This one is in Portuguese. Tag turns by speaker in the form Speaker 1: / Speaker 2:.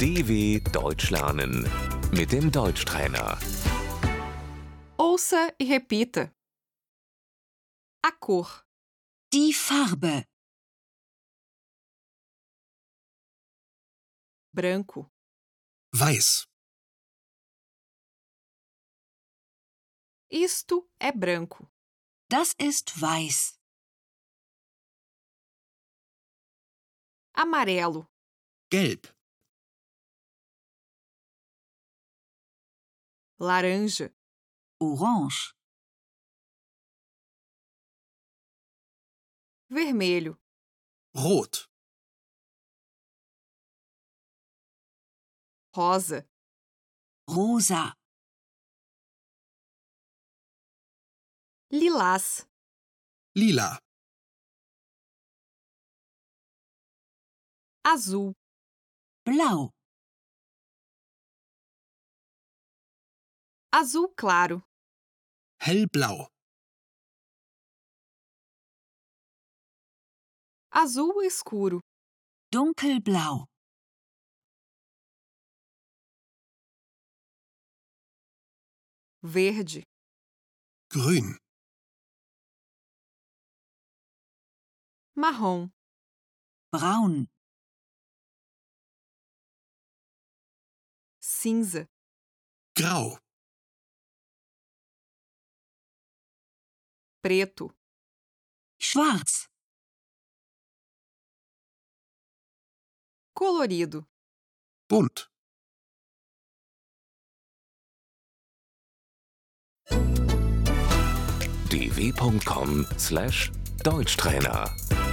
Speaker 1: DW Deutsch lernen mit dem Deutschtrainer.
Speaker 2: Ouça e repita. A cor,
Speaker 3: Die Farbe.
Speaker 2: branco,
Speaker 4: Weiß.
Speaker 2: isto é branco.
Speaker 3: Das ist weiß.
Speaker 2: Amarelo,
Speaker 4: Gelb.
Speaker 2: laranja,
Speaker 3: Orange.
Speaker 2: vermelho,
Speaker 4: Rot.
Speaker 2: rosa,
Speaker 3: Rosa.
Speaker 2: lilás,
Speaker 4: Lila.
Speaker 2: azul,
Speaker 3: Blau.
Speaker 2: azul claro,
Speaker 4: Hellblau.
Speaker 2: azul escuro,
Speaker 3: Dunkelblau.
Speaker 2: verde,
Speaker 4: Grün.
Speaker 2: marrom,
Speaker 3: Braun.
Speaker 2: cinza,
Speaker 4: Grau.
Speaker 2: preto,
Speaker 3: Schwarz.
Speaker 2: colorido,
Speaker 4: Bunt.
Speaker 1: dw.com/deutschtrainer